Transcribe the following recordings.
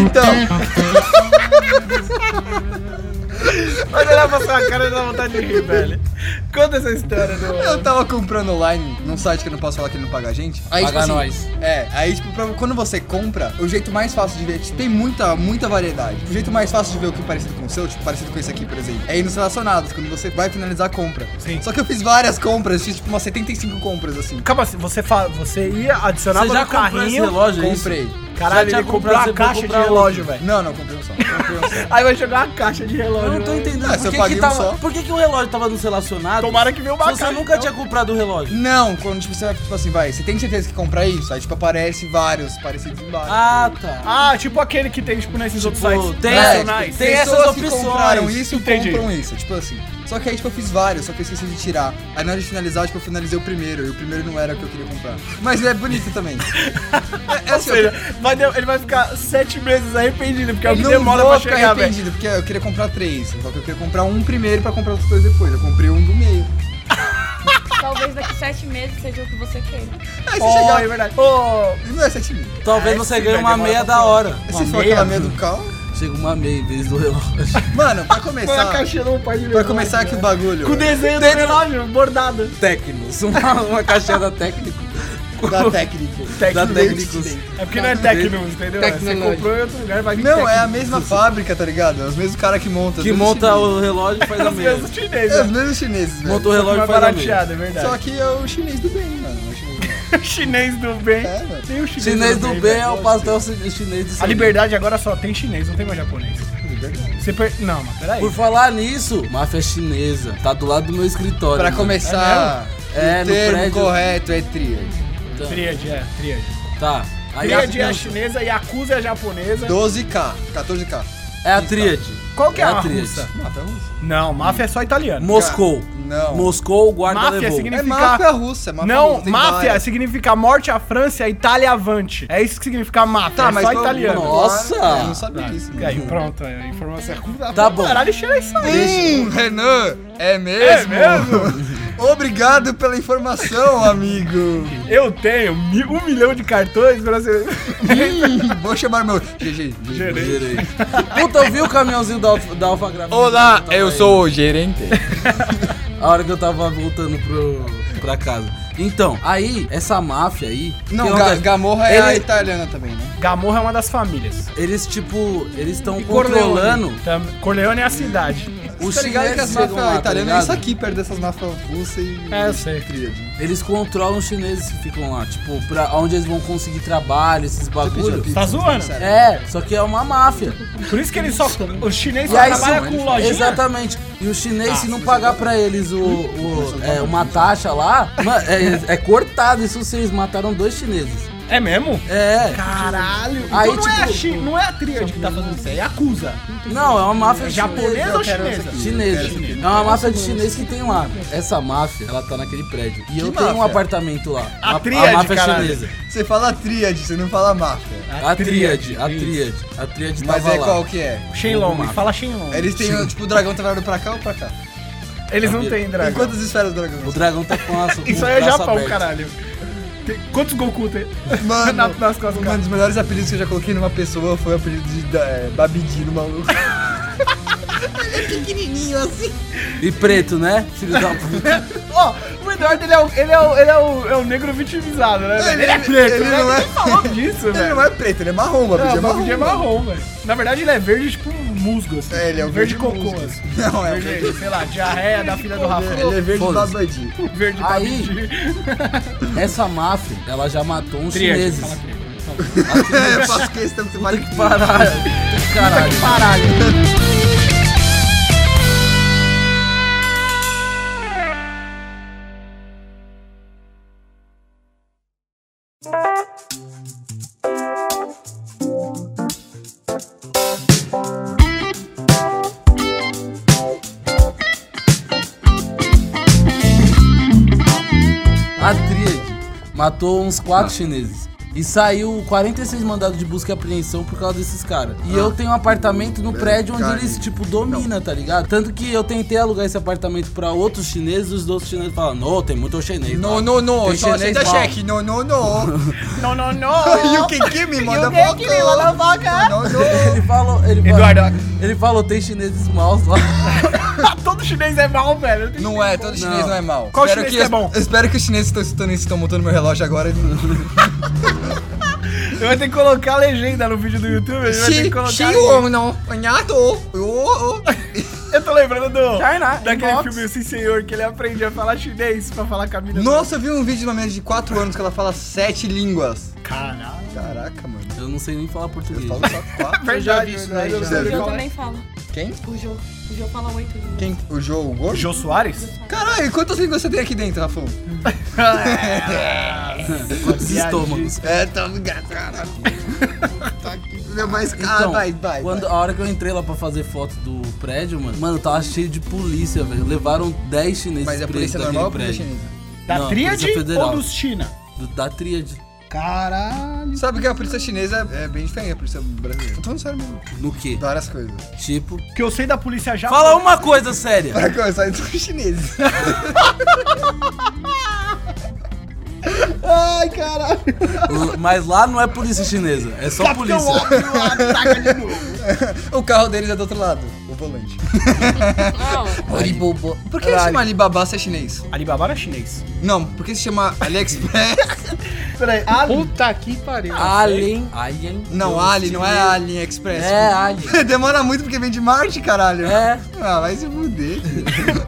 Então, Mas olhar pra sua cara dá vontade de rir, velho. Conta essa história do. Eu tava comprando online num site que eu não posso falar que ele não paga a gente. Aí, Paga tipo, nós. É, aí tipo, pra- quando você compra, o jeito mais fácil de ver, tipo, tem muita, muita variedade. O jeito mais fácil de ver o que é parecido com o seu, tipo, parecido com esse aqui, por exemplo, é ir nos relacionados, quando você vai finalizar a compra. Sim. Só que eu fiz várias compras, fiz tipo umas 75 compras assim. Calma, assim, você, fa... você ia, adicionava Você já no comprou esse carrinho. relógio? é isso? Comprei. Caralho, Já ele tinha comprou comprado, a você caixa vai de comprar relógio, velho. Não, não, comprei um só. Comprei um só. Aí vai jogar uma caixa de relógio. né? Eu não tô entendendo. Ah, se por eu que, paguei que um tava, só. por que, que o relógio tava nos relacionados? Tomara que veio uma Se você caixa, nunca então. tinha comprado o relógio. Não, quando tipo, você vai, tipo assim, vai, você tem certeza que comprar isso? Aí tipo aparece vários parecidos embaixo. Ah, tá. Ah, tipo aquele que tem, tipo, nesses outros sites. tem É, essas- tipo, tem pessoas essas que opções. compraram isso e Entendi. compram isso, tipo assim. Só que aí, tipo, eu fiz vários, só que eu esqueci de tirar. Aí na hora de finalizar, tipo, eu finalizei o primeiro, e o primeiro não era o que eu queria comprar. Mas é bonito também. É, é Ou assim, seja, eu, vai de- ele vai ficar sete meses arrependido, porque é o que não demora vou pra ficar chegar, velho. arrependido, porque eu queria comprar três. Só que eu queria comprar um primeiro pra comprar os dois depois. Eu comprei um do meio. Talvez daqui sete meses seja o que você queira. Aí você Ó, chegar, é verdade. Ó, não é sete mil. tá. Talvez Ah, você esse ganhe vai uma demorar meia pra da hora. Se Uma for meia? aquela é meia do cal. Chega uma meia em vez do relógio. Mano, pra Põe a começar. caixinha no pai de né? Pra começar aqui o bagulho. Com o desenho do relógio bordado. Técnicos. Uma, uma caixinha da técnico. Da técnica. Da técnicos. É porque não é técnico, entendeu? Você Tecnológico. comprou em outro lugar, vai vir Não, é a mesma fábrica, tá ligado? É os mesmos caras que montam. Que monta o relógio e faz a Os meia. mesmos É os chineses. mesmos chineses, velho. Monta o relógio e mais né? faz a meia. barateado, né? é Só verdade. que é o chinês do bem, mano. É o chinês do bem. Chinês do bem. É, velho. Tem o chinês, Chinês do bem velho. é o pastel chi- chinês do A seu- liberdade agora só tem chinês, não tem mais japonês. Você per... Não, mas peraí. Por falar nisso, máfia chinesa. Tá do lado do meu escritório. Pra mano. começar, É, o no termo prédio. Então, correto é tríade. Tríade, é, tríade. Tá. Aí a- Tríade é a chinesa, Yakuza é a japonesa. 12k, 14k. é a tríade. Qual que é, É a a tríade. russa? Máfia russa? Não, máfia é só italiano. Moscou. Não. Moscou, o guarda Máfia levou. significa- É máfia russa, é máfia não, russa, tem máfia várias. significa morte à França e a Itália avante. É isso que significa máfia, Tá, é mas só foi- italiano. Nossa! Eu não sabia disso. E aí, pronto, a informação é Tá bom. Caralho, cheira isso aí. Hum, Renan, é mesmo? É Obrigado pela informação, amigo. Eu tenho mi- um milhão de cartões pra você. Hum, vou chamar meu... GG. Gerente. Direito. Puta, eu vi o caminhãozinho da, Alfa- da Alfa Grave. Tava aí. o gerente. A hora que eu tava voltando pro, pra casa. Então, aí, essa máfia aí. que um Não, Ga acontece? Gamorra é a Ele- italiana também, né? Gamorra é uma das famílias. Eles, tipo, eles estão E Corleone? controlando Tam... Corleone é a cidade. os tá ligado que as chineses chegam lá, máfias tá italianas é ligado? isso aqui, perto dessas máfias russas e... É, eu sei. Tríade. Eles controlam os chineses que ficam lá. Tipo, pra onde eles vão conseguir trabalho, esses bagulhos. pediu Tá zoando? Sério. É, só que é uma máfia. Por isso que eles só. Os chineses E só aí, trabalham se- com lojinha. Ah, Exatamente. E o chinês, se não pagar pra eles o, o- é, uma taxa lá, ma- é, é cortado. Isso vocês mataram dois chineses. É mesmo? É. Caralho. Aí, então não, é a tipo- chi... não é a tríade que tá fazendo isso, é Yakuza. Não, é uma máfia É chinesa. japonesa ou quero chinesa? essa aqui. Chinesa. É uma máfia de chinês que tem lá. Essa máfia, ela tá naquele prédio. E eu tenho um máfia? apartamento lá. A tríade, máfia caralho. chinesa. Você fala tríade, você não fala máfia. A tríade, a tríade. A tríade Mas tava é Então lá. qual que é? Shenlong, Uma. fala Shenlong. Eles têm, Sim. tipo, o dragão tá virado pra cá ou pra cá? Eles não têm Tem dragão. quantas esferas o dragão? O dragão tá com a com o Isso aí é braço Japão, aberto. caralho. Tem- Quantos Goku tem? Mano, Na- nas costas do um cara. dos melhores apelidos que eu já coloquei numa pessoa foi o apelido de da- é, Babidi no maluco. é assim. E preto, né? Filho da puta. Ó, o Eduardo, ele é o, ele é o, ele é o, é o negro vitimizado, né? Ele- velho? ele né? não é- Quem falou disso, ele velho. não é preto, ele é marrom, o Babidi Não, é o marrom. Babidi é marrom, velho. Na verdade, ele é verde, tipo um musgo, assim. É, ele é o verde verde cocô, musgo. assim. Não, é o verde, sei lá, diarreia da filha do Rafa. Ele é verde Foda-se. Babidi. Verde Aí- Babidi. Essa máfia, ela já matou uns Tríade, chineses. fala é. tríade. É, eu faço questão que você fale que Caralho. Caralho. Caralho. A tríade matou uns quatro chineses. E saiu 46 mandados de busca e apreensão por causa desses caras. E Ah. eu tenho um apartamento no prédio onde cara, eles, tipo, domina, tá ligado? Tanto que eu tentei alugar esse apartamento pra outros chineses, os outros chineses falaram, não, tem muito chinês. lá." Não, não, não, Tem só aceita mal. cheque. Não, não, não. Não, não, não. You can give me, motherfucker. give me, motherfucker. Não, não. Ele falou, ele falou. Eduardo, Ele falou, tem chineses maus lá. Todo chinês é mal, velho. Tem- Não é, todo chinês não, é mal. Qual chinês que é bom? Espero que os chineses que estão escutando isso, estão montando meu relógio agora. Eu vou ter que colocar a legenda no vídeo do YouTube. Ele vai ter que colocar. a legenda. não, anhado, o, o. Eu tô lembrando do. China, Daquele inbox. filme Sim Senhor, que ele aprende a falar chinês pra falar com a mina. Nossa, eu vi um vídeo de uma menina de 4 anos que ela fala 7 línguas. Caralho. Caraca, mano. Eu não sei nem falar Eu português. falo só 4. Verdade, vi isso verdade, daí, eu já. já O ouvi Jô falar. também fala. Quem? O Jô. O Jô fala oito línguas. Quem? O Jô, o gordo? Jô Soares? Caralho, quantas línguas você tem aqui dentro, Rafão? Quantos estômagos. É, tá ligado, caralho. Tá aqui. Não, mas, ah, Então, vai, vai. quando, vai. a hora que eu entrei lá pra fazer foto do prédio, mano, mano, tava cheio de polícia, velho. Levaram 10 chineses Mas é presos polícia daquele normal ou polícia prédio. chinesa? Da Não, Tríade Polícia Federal. ou dos China? Do- da tríade. Caralho. Sabe que a polícia chinesa é bem diferente da polícia brasileira. Eu tô falando sério mesmo. No quê? Várias coisas. Tipo. É O que eu sei da polícia já. Fala uma coisa séria. Pra começar, então, os chineses. Ai, caralho. L- Mas lá não é polícia chinesa, é só Capitão polícia. Óbvio ataca de novo. O carro deles é do outro lado. O volante. Não, Alibobo. Por que chama Alibaba se é chinês? Alibaba era chinês. Não, por que se chama AliExpress? Peraí, É, Ali. Ah, Puta que pariu. Alien. Alien. não, Ali, não é AliExpress. É Alien. Demora muito porque vem de Marte, caralho. É. Ah, vai se fuder.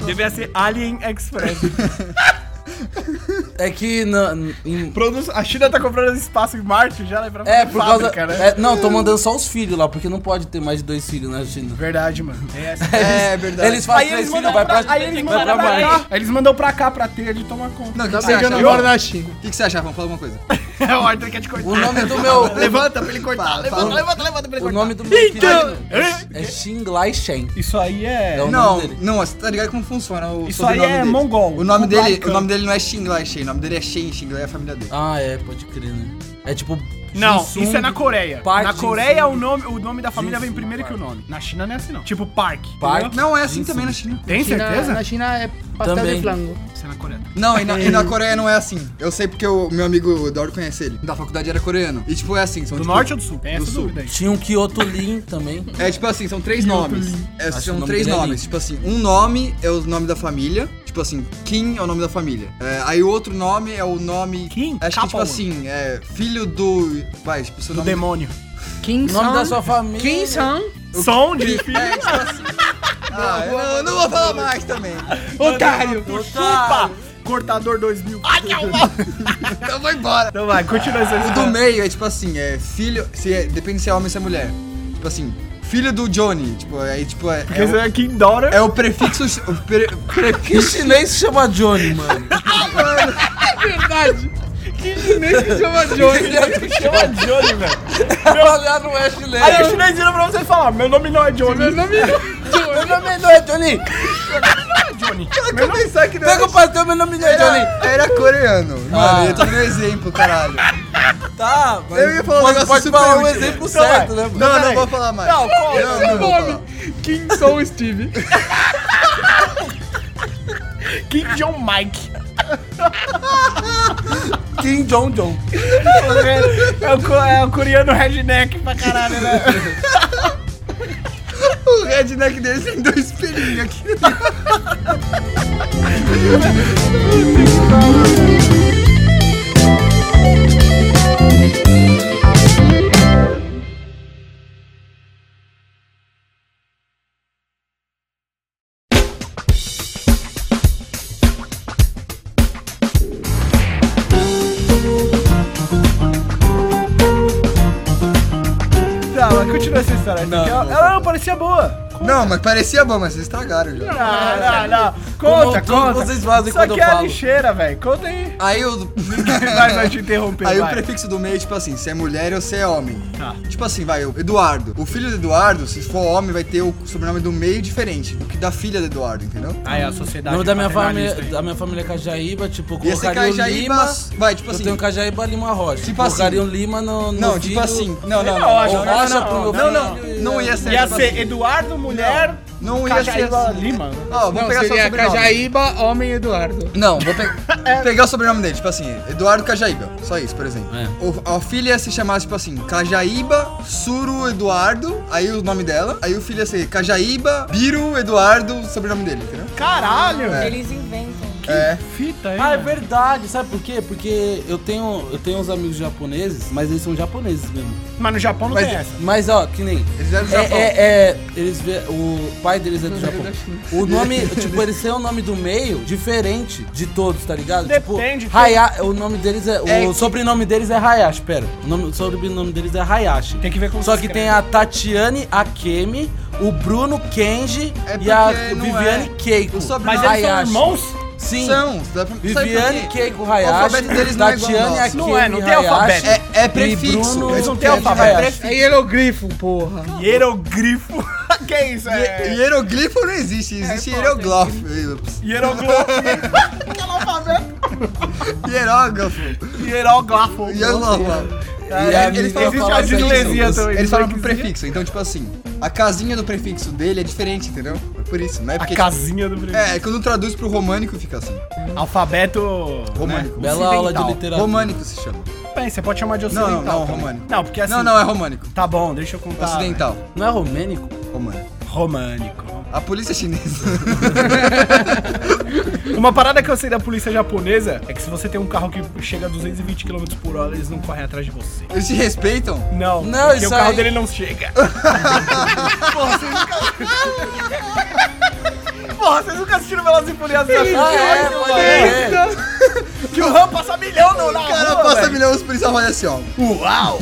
Devia ser Alien Express. É que na, em- Produz- A China tá comprando espaço em Marte já, né? Pra é por causa. fábrica, né? é, não, tô mandando só os filhos lá, porque não pode ter mais de dois filhos na China. Verdade, mano. É essa. é verdade. Eles fazem três filhos, vai pra, aí eles vai mandam pra pra baixo. cá. Aí eles mandam pra cá pra ter de tomar conta. Não, o que, que Tá você acha? pegando João? agora na China. O que, que você acha, Rafa? Fala uma coisa. É o é Arthur quer te cortar. O nome do meu. Levanta pra ele cortar. levanta, fala. levanta, levanta pra ele o cortar. nome do meu filho Então- é, é Xing Lai Shen. Isso aí é. Não, o Não, nome dele. não, você tá ligado como funciona o Isso aí sobrenome é dele. mongol. O nome, Kublai dele, Khan. o nome dele não é Xing Lai Shen, o nome dele é Shen, Xing Lai é a família dele. Ah, é, pode crer, né? É tipo. Não, Jinsung, isso é na Coreia. Park na Coreia Jinsung. o nome, o nome da família vem Jinsung, primeiro que o Park. nome. Na China não é assim não. Tipo Park. Park. entendeu? Não é assim Isso. também na China. Tem China- certeza? Na China é pastel Também. de flango. Isso é na Coreia. Não, e na, e na Coreia não é assim. Eu sei porque o meu amigo o Doro conhece ele. Da faculdade era coreano. E tipo, é assim. São, Do tipo, norte ou do sul? Tem do essa sul. dúvida aí. Tinha um Kyoto Lin também. É tipo assim, são três nomes. É, Acho que o são nome três dele é nomes. Lee. Tipo assim, um nome é o nome da família. Tipo assim, Kim é o nome da família. É, aí o outro nome é o nome. Kim? Acho que tipo Kappa, assim, é filho do. Vai, tipo, seu Do nome. demônio. Kim O nome da sua família. é Kim San. Som de filho. É, tipo assim. Ah, eu não, eu não vou falar mais também. Otário! Tu Otário. Chupa! Cortador 2000. Então eu vou embora. Então vai, continua essa O do história. meio é tipo assim, é filho. Se é- depende se é homem ou se é mulher. Tipo assim, filho do Johnny. Tipo, aí tipo é. Porque é isso o- é King Dora. É o prefixo. O pre- Que prefixo. chinês se chama Johnny, mano? Ele é que chama Johnny, velho. Trabalhar não é chinês. Aí o chinês vira pra você e fala: Meu nome não é Johnny. Meu nome Meu nome não é Johnny. é Johnny. Eu pensar que não Pega o pastel, meu nome não é Johnny. Era, era coreano. Ah. Mano, eu tô dando exemplo, caralho. Tá, mas Eu ia falar um pode, negócio pode super falar um útil. exemplo Então vai. certo, né, mano? Não, não peraí. vou falar mais. Não, qual é Não, o seu não vou nome? falar. Kim Son Steve. King John Mike. Kim Jong Jong. É o, co- é o coreano redneck pra caralho, né? O redneck dele tem dois espelhinhos aqui. Tá, mas continua essa história. Não, ela, não. ela não parecia boa. Não, mas parecia bom, mas vocês estragaram já. Não, não, não. Como Conta, tudo conta. vocês fazem Isso quando aqui eu é a falo. lixeira, velho. Conta aí. Aí o. Vai, vai te interromper, Aí o vai. prefixo do meio, tipo assim, se é mulher ou se é homem. Tá. Tipo assim, vai, o Eduardo. O filho do Eduardo, se for homem, vai ter o sobrenome do meio diferente do que da filha do Eduardo, entendeu? Aí a O sociedade nome da minha, família, paternalista da minha família é Cajaíba, tipo, eu E esse colocaria o Cajaíba. Lima... Vai, tipo eu assim. tenho um Cajaíba Lima Rocha. Tipo colocaria assim. o Lima no, no Não, tipo filho, assim. Não, não, Não, não. acho- Ou não, Rocha não, pro meu não, filho. Não ia ser. aí. Ia tipo ser assim. Eduardo, mulher, Não ia ser Cajaíba assim. Lima. Ó, vou Não, pegar só o seria sobrenome. Cajaíba, Homem Eduardo. Não, vou pe- pegar o sobrenome dele, tipo assim, Eduardo Cajaíba. Só isso, por exemplo. É. O- a filha ia se chamasse, tipo assim, Cajaíba Suru Eduardo, aí o nome dela. Aí o filho ia ser Cajaíba Biro Eduardo, sobrenome dele, entendeu? Caralho! Eles inventam. É. Fita, hein? Ah, é mano? verdade, sabe por quê? Porque eu tenho, eu tenho uns amigos japoneses, mas eles são japoneses mesmo. Mas no Japão não Mas- tem essa. Mas ó, que nem. Eles eram do É, Japão. é, é, eles vê, o pai deles é do Japão. da China. O nome, tipo, eles têm o nome do meio diferente de todos, tá ligado? Depende, Tipo, Haya, o nome deles é, É o que- sobrenome deles é Hayashi, pera. O, nome, o sobrenome deles é Hayashi. Tem que ver como Só se que escreve. tem a Tatiane Akemi, o Bruno Kenji É e a porque não Viviane é. Keiko. O sobrenome- Mas eles são Hayashi. irmãos? Sim. São, dá pra- sabe por Viviane quê? Keiko O Hayashi, alfabeto deles não é igual ao Tatiane nosso. Akemi Não é, não tem Hayashi alfabeto. É- tipo é e prefixo, Bruno eles não têm Kenji alfabeto. Hayashi. É hierogrifo, porra. Hierogrifo. que isso, é? Hieroglifo não existe, É, existe hieroglifo. Hieroglifo. É, Hierógrafo. Hierógrafo. Hierógrafo. E a eles menina falam Existe a fala por diglesia prefixo. também. Eles falam por diglesia. prefixo, então tipo assim, a casinha do prefixo dele é diferente, entendeu? É por isso, não é porque... A casinha do Brasil. É, quando traduz pro românico fica assim. Alfabeto. Românico. né, Bela aula de ocidental. literatura. Românico se chama. Bem, você pode chamar de Não, não, ocidental. não, também. românico. Não, porque assim. Não, não, é românico. Tá bom, deixa eu contar. Ocidental. Não é romênico? Românico. né? Românico. A polícia é chinesa. Uma parada que eu sei da polícia japonesa é que se você tem um carro que chega a 220 km por hora, eles não correm atrás de você. Eles te respeitam? Não, Não, porque isso o carro aí- dele não chega. Porra, vocês nunca assistiram Velas e Furiosas? Ah, é, pode crer. Que o Ram passa milhão no na O cara rua, passa velho. milhão, os policiais olham assim, ó. Uau!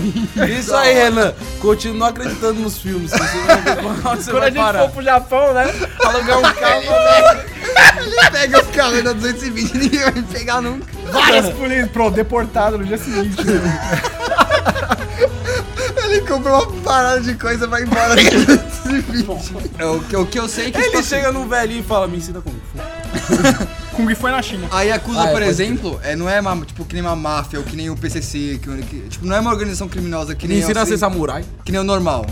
Isso aí, Renan. Continua acreditando nos filmes. que Você vai ver qual você Quando a vai gente parar. for pro Japão, né? Alugar um carro, Ele pega os carros da 220 e ninguém vai pegar nunca. várias polícias. Pronto, deportado no dia seguinte. né? Ele compra uma parada de coisa e vai embora da 220. É, o, que, o que eu sei é que... tipo Ele assim, chega num velhinho e fala, me ensina como. Kung foi na China. A Yakuza, Ah, é, por pode exemplo, é, não é uma, tipo, que nem uma máfia ou que nem o PCC, que, que- tipo, não é uma organização criminosa que Me nem, ensina a assim, ser samurai. que nem o normal.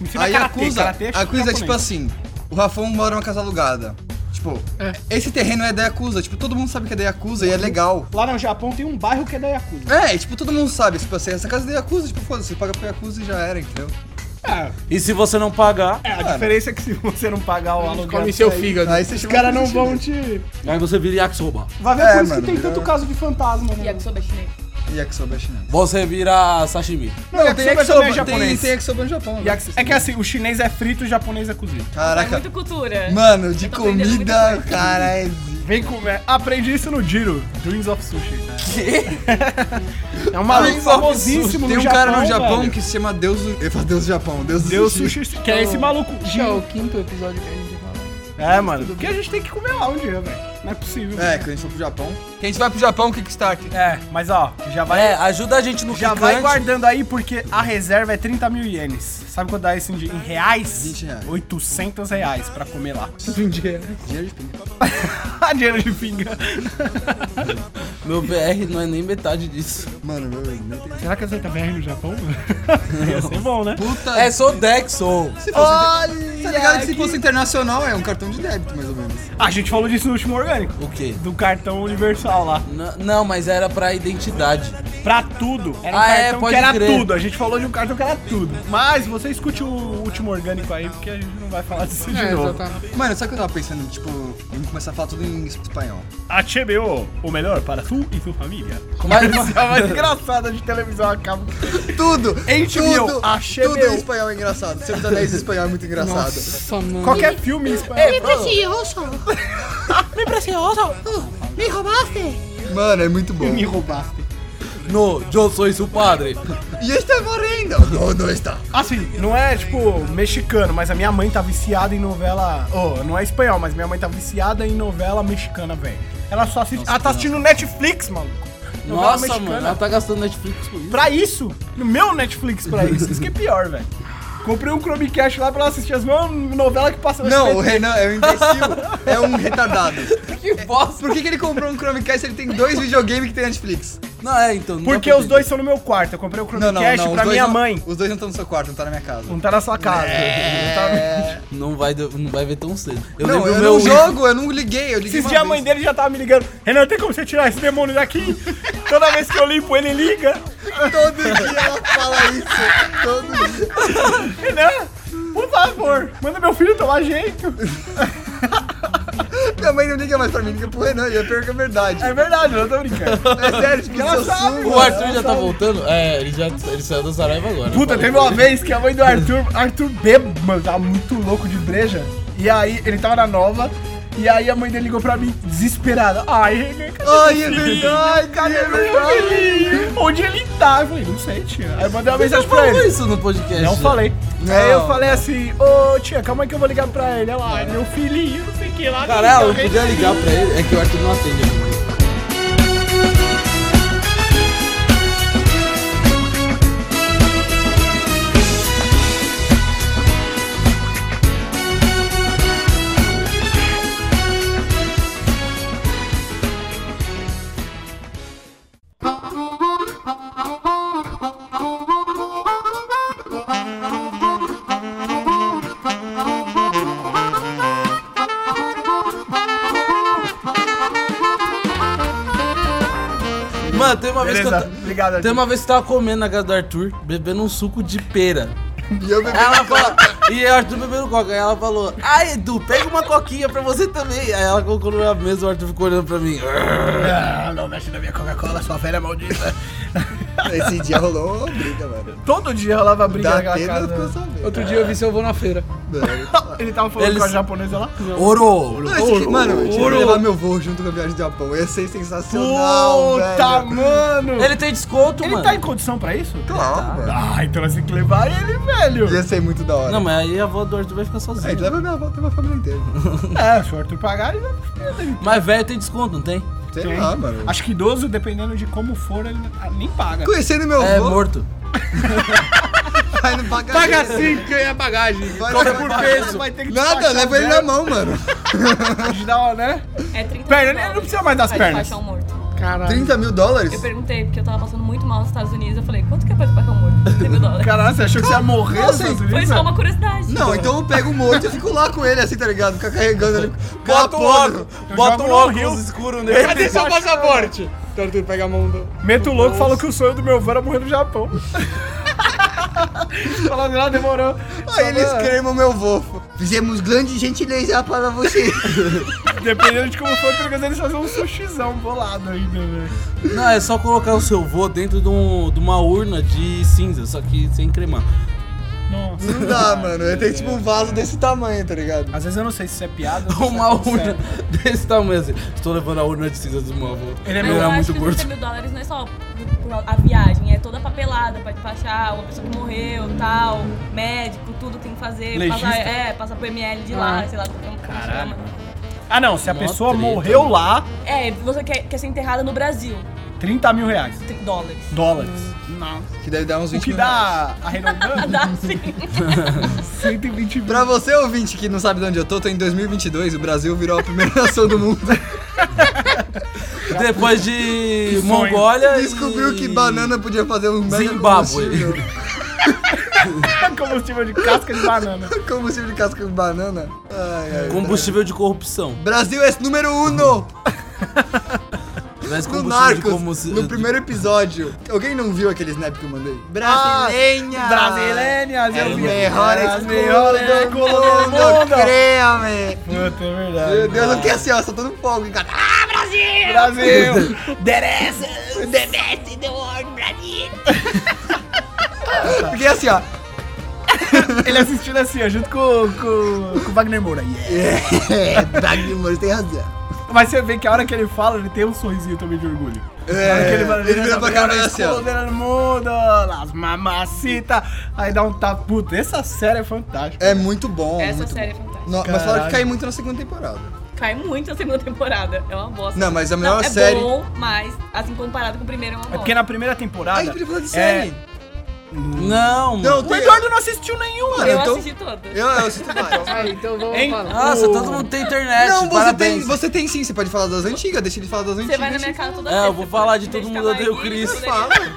Me ensina A karatê, Yakuza, karatê a Yakuza é tipo japonês. assim, o Rafão mora numa casa alugada. Tipo, esse terreno é da Yakuza, tipo, todo mundo sabe que é da Yakuza e é legal. Lá no Japão tem um bairro que é da Yakuza. É, e, tipo, todo mundo sabe, tipo assim, essa casa é da Yakuza, tipo, foda-se, paga pra Yakuza e já era, entendeu? E se você não pagar, É, a diferença é que se você não pagar o aluguel... Come seu pra ir, fígado. Aí você Os caras não vão te... aí você vira Yakisoba. Vai ver É, por isso mano, que tem virou- tanto caso de fantasma, né? Yakisoba chinês. Yakusoba chinês. Você vira sashimi. Não, Yakisoba tem também é Yakusoba, tem, japonês. tem Yakusoba no Japão. né? Yaki- É que assim, o chinês é frito e o japonês é cozido. É Caraca. muito cultura. Mano, de Eu tô aprendendo muita comida, coisa. cara, é... zica. Vem comer. Aprendi isso no Jiro. Dreams of Sushi. É Cara, um maluco famosíssimo Tem no um Japão, cara no Japão velho. que se chama Deus do... Eu falo Deus do Japão, Deus do Deus sushi. Sushi, que é esse maluco. Esse é o quinto episódio que a gente fala. É, mano. Porque a gente tem que comer lá um dia, velho. Não é possível. É, quando a gente for pro Japão. Que a gente vai pro Japão, Kickstarter. É, mas ó, já vai... É, ajuda a gente no Já picante. vai guardando aí, porque a reserva é 30 mil ienes. Sabe quanto dá isso em, di- em reais? 20 reais. 800 reais pra comer lá. Um dia. Dinheiro de pinga. Dinheiro de pinga. Meu VR não é nem metade disso. Mano, meu, eu não tem... Será que aceita VR no Japão? Ia ser bom, né? Puta... É, sou Dexo. Se fosse... Olha! Tá ligado que se fosse internacional é um cartão de débito, mais ou menos. A gente falou disso no último orgânico. O quê? Do cartão universal lá. N- não, mas era pra identidade. Pra tudo. Era um Ah, é, cartão pode que era crer. tudo. A gente falou de um cartão que era tudo. Mas você escute o último orgânico aí, porque a gente não vai falar disso de É, novo. exatamente. Mano, sabe o que eu tava pensando? Tipo, em começar a falar tudo em espanhol. A TBO, o melhor para tu e tua família. Mas, A mais engraçada de televisão acaba. Tudo! HBO, tudo, achei Tudo meu. em espanhol é engraçado. Seu dos Anéis em espanhol é muito engraçado. Nossa, mano. Qualquer filme em espanhol. precioso. Mi precioso. Me robaste. Mano, é muito bom. Me roubaste. no, eu sou seu padre. é E está morrendo! Não, não está. Assim, não é tipo mexicano, mas a minha mãe tá viciada em novela. Oh, não é espanhol, mas minha mãe tá viciada em novela mexicana, velho. Ela só assiste. ela tá assistindo Netflix, mano. Nossa, mano, ela tá gastando Netflix com isso. Pra isso, no meu Netflix pra isso. Isso que é pior, velho. Comprei um Chromecast lá pra ela assistir as mesmas novelas que passa no Não, o SBT. Renan é um imbecil, é um retardado. Que bosta. Por que, que ele comprou um Chromecast se ele tem dois videogames que tem Netflix? Não, é, então. não dá Porque pra os entender. dois estão no meu quarto. Eu comprei o Não, não, Chromecast não. os pra dois minha não- mãe. Os dois não estão no seu quarto, não tá na minha casa. Não tá na sua casa. É. Não tá- Não vai, do- não vai ver tão cedo. Eu não, lembro eu o meu não jogo, eu não liguei, eu liguei Esses uma dias a vez. mãe dele já tava me ligando. Renan, tem como você tirar esse demônio daqui? Toda vez que eu limpo, ele liga. Todo dia ela fala isso. Todo dia. Renan, Né? por favor, manda meu filho tomar jeito. Minha mãe não liga mais pra mim, liga pro Renan, e é pior que é verdade. É verdade, eu não tô brincando. É sério, tipo, Ela seu sabe, sumo. O Arthur já tá voltando? É, ele já ele saiu da Saraiva agora. Puta, Falei teve pra uma ele. vez que a mãe do Arthur, Arthur bêbado, mano, tava muito louco de breja. E aí, ele tava na nova. E aí a mãe dele ligou pra mim, desesperada. Ai, Renan, cadê Ai, é verdade, cara, é meu verdade. filhinho? Onde ele tá? Eu falei, não sei, tia. Aí eu mandei uma Você já mensagem pra falou ele. isso no podcast? Não já. falei. Não. Aí eu falei assim, ô tia, calma aí que eu vou ligar pra ele. Olha lá, meu filhinho, não sei o que lá. Caralho, eu não sei o que. podia ligar pra ele. É que o Arthur não atende. né? Mano, tem uma vez que eu. Beleza, ta- obrigado, Tem Arthur. uma vez que eu tava comendo na casa do Arthur, bebendo um suco de pera. E eu bebi. Ela falou, e o Arthur bebendo coca. Aí ela falou, ai Edu, pega uma coquinha pra você também. Aí ela colocou na mesa, o Arthur ficou olhando pra mim. Ah, não mexe na minha Coca-Cola, sua velha maldita. Esse dia rolou uma briga, mano. Todo dia rolava briga Da naquela pena ficou casa. sabendo. Outro dia eu vi seu avô na feira. Ele tava falando Eles- com a japonesa lá. Oro! Não, esse tipo, aqui- Mano, eu tinha que levar meu voo junto com a viagem do Japão. Ia ser sensacional, Puta, velho. mano! Ele tem desconto, Ele mano. tá em condição pra isso? Claro, velho. Ah, então nós temos que levar ele, velho. Ia ser muito da hora. Não, mas aí a avó do Arthur vai ficar É, sozinha. leva minha avó, leva a família inteira. É, se o Arthur pagar, ele vai... Mas velho tem desconto, não tem? Sei Tem. lá, Ah, mano. Acho que idoso, dependendo de como for, ele ah, nem paga. Conhecendo meu É avô, morto. vai no bagagem. Paga sim, ganha bagagem. Vai- Cobra vai- por peso. Vai ter que Nada, despachar leva ele na zero. mão, mano. De dar uma, né? É 30 Perna, mil ele não precisa mais das pra pernas. despachar um morto. Caralho. 30 mil dólares? Eu perguntei, porque eu tava passando muito mal nos Estados Unidos. Eu falei, quanto que é pra despachar um morto? 30 mil dólares. Caralho, você achou que você ia morrer? Nossa, Zé? Foi só uma curiosidade. é Não, então eu pego um monte e fico lá com ele, assim, tá ligado? Fica carregando ele. Bota um óculos, Eu bota jogo um no óculos Rio. escuro nele. Cadê seu passaporte? Então, Arthur, pega a mão do... Meto louco falou que o sonho do meu avô era morrer no Japão. Falando lá, demorou. Aí Tá eles cremam meu vofo. Fizemos grande gentileza para você. Dependendo de como for, pelo menos eles fazem um sushizão bolado ainda, velho. Não, é só colocar o seu vô dentro de, um- de uma urna de cinza, só que sem cremar. Nossa. Não dá, mano. Ele tem tipo um vaso desse tamanho, tá ligado? Às vezes eu não sei se isso é piada. Uma urna desse tamanho assim. Estou levando a urna de cinza do meu avô. Ele é Mas meu- eu era acho muito que gordo. 30 mil dólares não é só por a viagem, é toda a papelada pra despachar, uma pessoa que morreu, tal, médico, tudo que tem que fazer, Legista. passar, é, passar pro ML de lá, sei lá como, como chama. Ah, não. Se a Mó pessoa treta. morreu lá, É, você quer, quer ser enterrada no Brasil, 30 mil reais. tri- dólares. Dólares. Que deve dar uns 20 O que mil reais. dá, arredondando, Dá sim. 120 mil. Pra você, ouvinte, que não sabe de onde eu tô, tô em 2022, o Brasil virou a primeira nação do mundo. Depois de sonho. Mongólia. Descobriu e- que banana podia fazer um mega Zimbábue. combustível. Combustível de casca de banana. combustível de casca de banana. Ai, ai. Combustível de corrupção. Brasil é número uno! Mas No combustível de Narcos, corrupção. no primeiro episódio. Alguém não viu aquele snap que eu mandei? Brasileira! Brasileiras, É eu o vi. melhor As escolha do mundo, créame! Puta, é verdade. Meu Deus, eu fiquei assim, ó, só tô no fogo, hein, cara. Ah, Brasil. Fiquei assim, ó. Ele assistindo assim, ó, junto com, com, com o Wagner Moura. Yeah. É, Wagner Moura tem razão. Mas você vê que a hora que ele fala, ele tem um sorrisinho também de orgulho. É, A hora que fala, ele vira pra cara e "Essa assim, ó. escola né? do mundo, las mamacitas. Aí dá um tapa. Puta, essa série é fantástica. É muito bom. Essa muito série é bom. fantástica. No- mas falaram Caralho. que cai muito na segunda temporada. Cai muito a segunda temporada, é uma bosta. Não, mas a melhor Não, é série- bom, mas assim, comparado com o primeiro é uma É bosta. porque na primeira Ai, temporada. gente podia falar de é, série. Não, mano. Não, O tem... Eduardo não assistiu nenhuma. Mano, Eu então- assisti todas. Eu, eu sinto mais. Ah, então vamos Hein? falar. Tá Nossa, o- todo mundo tem internet. Não, você tem, parabéns. você tem sim, você pode falar das antigas, deixa ele falar das antigas. É, tipo, Você vai na minha casa toda É, eu sexta, vou você falar de me Todo deixa Mundo Odeia o mais Chris. rico, Fala. né?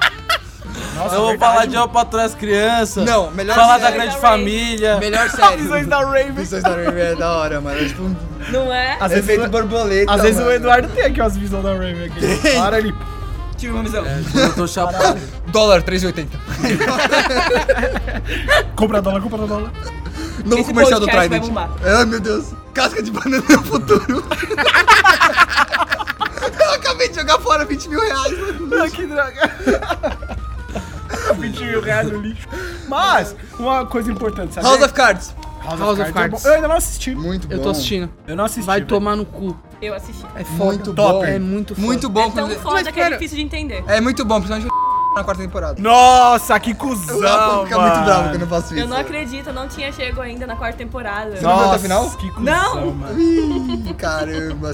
Nossa, Eu vou verdade, falar de mano. Eu pra trás criança. Não, melhor Falar da série. grande Da Ray. família. Melhor Visões série. da Raven. Visões da Raven é da hora, mano. É Tipo, um Não é? Às vezes, efeito borboleta. às vezes o mano. Eduardo tem aqui umas visões da Raven aqui. Tem. Para ali. Tive uma visão. É, Eu tô chapado. Dólar 3,80. Compra dólar, compra dólar. Novo Esse comercial do podcast vai Trident. bombar. Ah, meu Deus. Casca de banana no futuro. Eu acabei de jogar fora 20 mil reais. Ah, que droga. 20 mil reais no lixo. Mas, uma coisa importante, sabe? House of Cards. House of é Cards. bom. Eu ainda não assisti. Muito bom. Eu tô assistindo. Eu não assisti. Vai velho. tomar no cu. Eu assisti. É foda. Muito bom. É muito foda. Muito bom. é tão quando- foda que é pera. difícil de entender. É muito bom, principalmente na quarta temporada. Nossa, que Eu vou cuzão, ficar muito mano. bravo quando eu faço isso. Eu não acredito, eu não tinha chego ainda na quarta temporada. Não. viu até Nossa, o final? que cuzão, Não. mano. Ih, Caramba.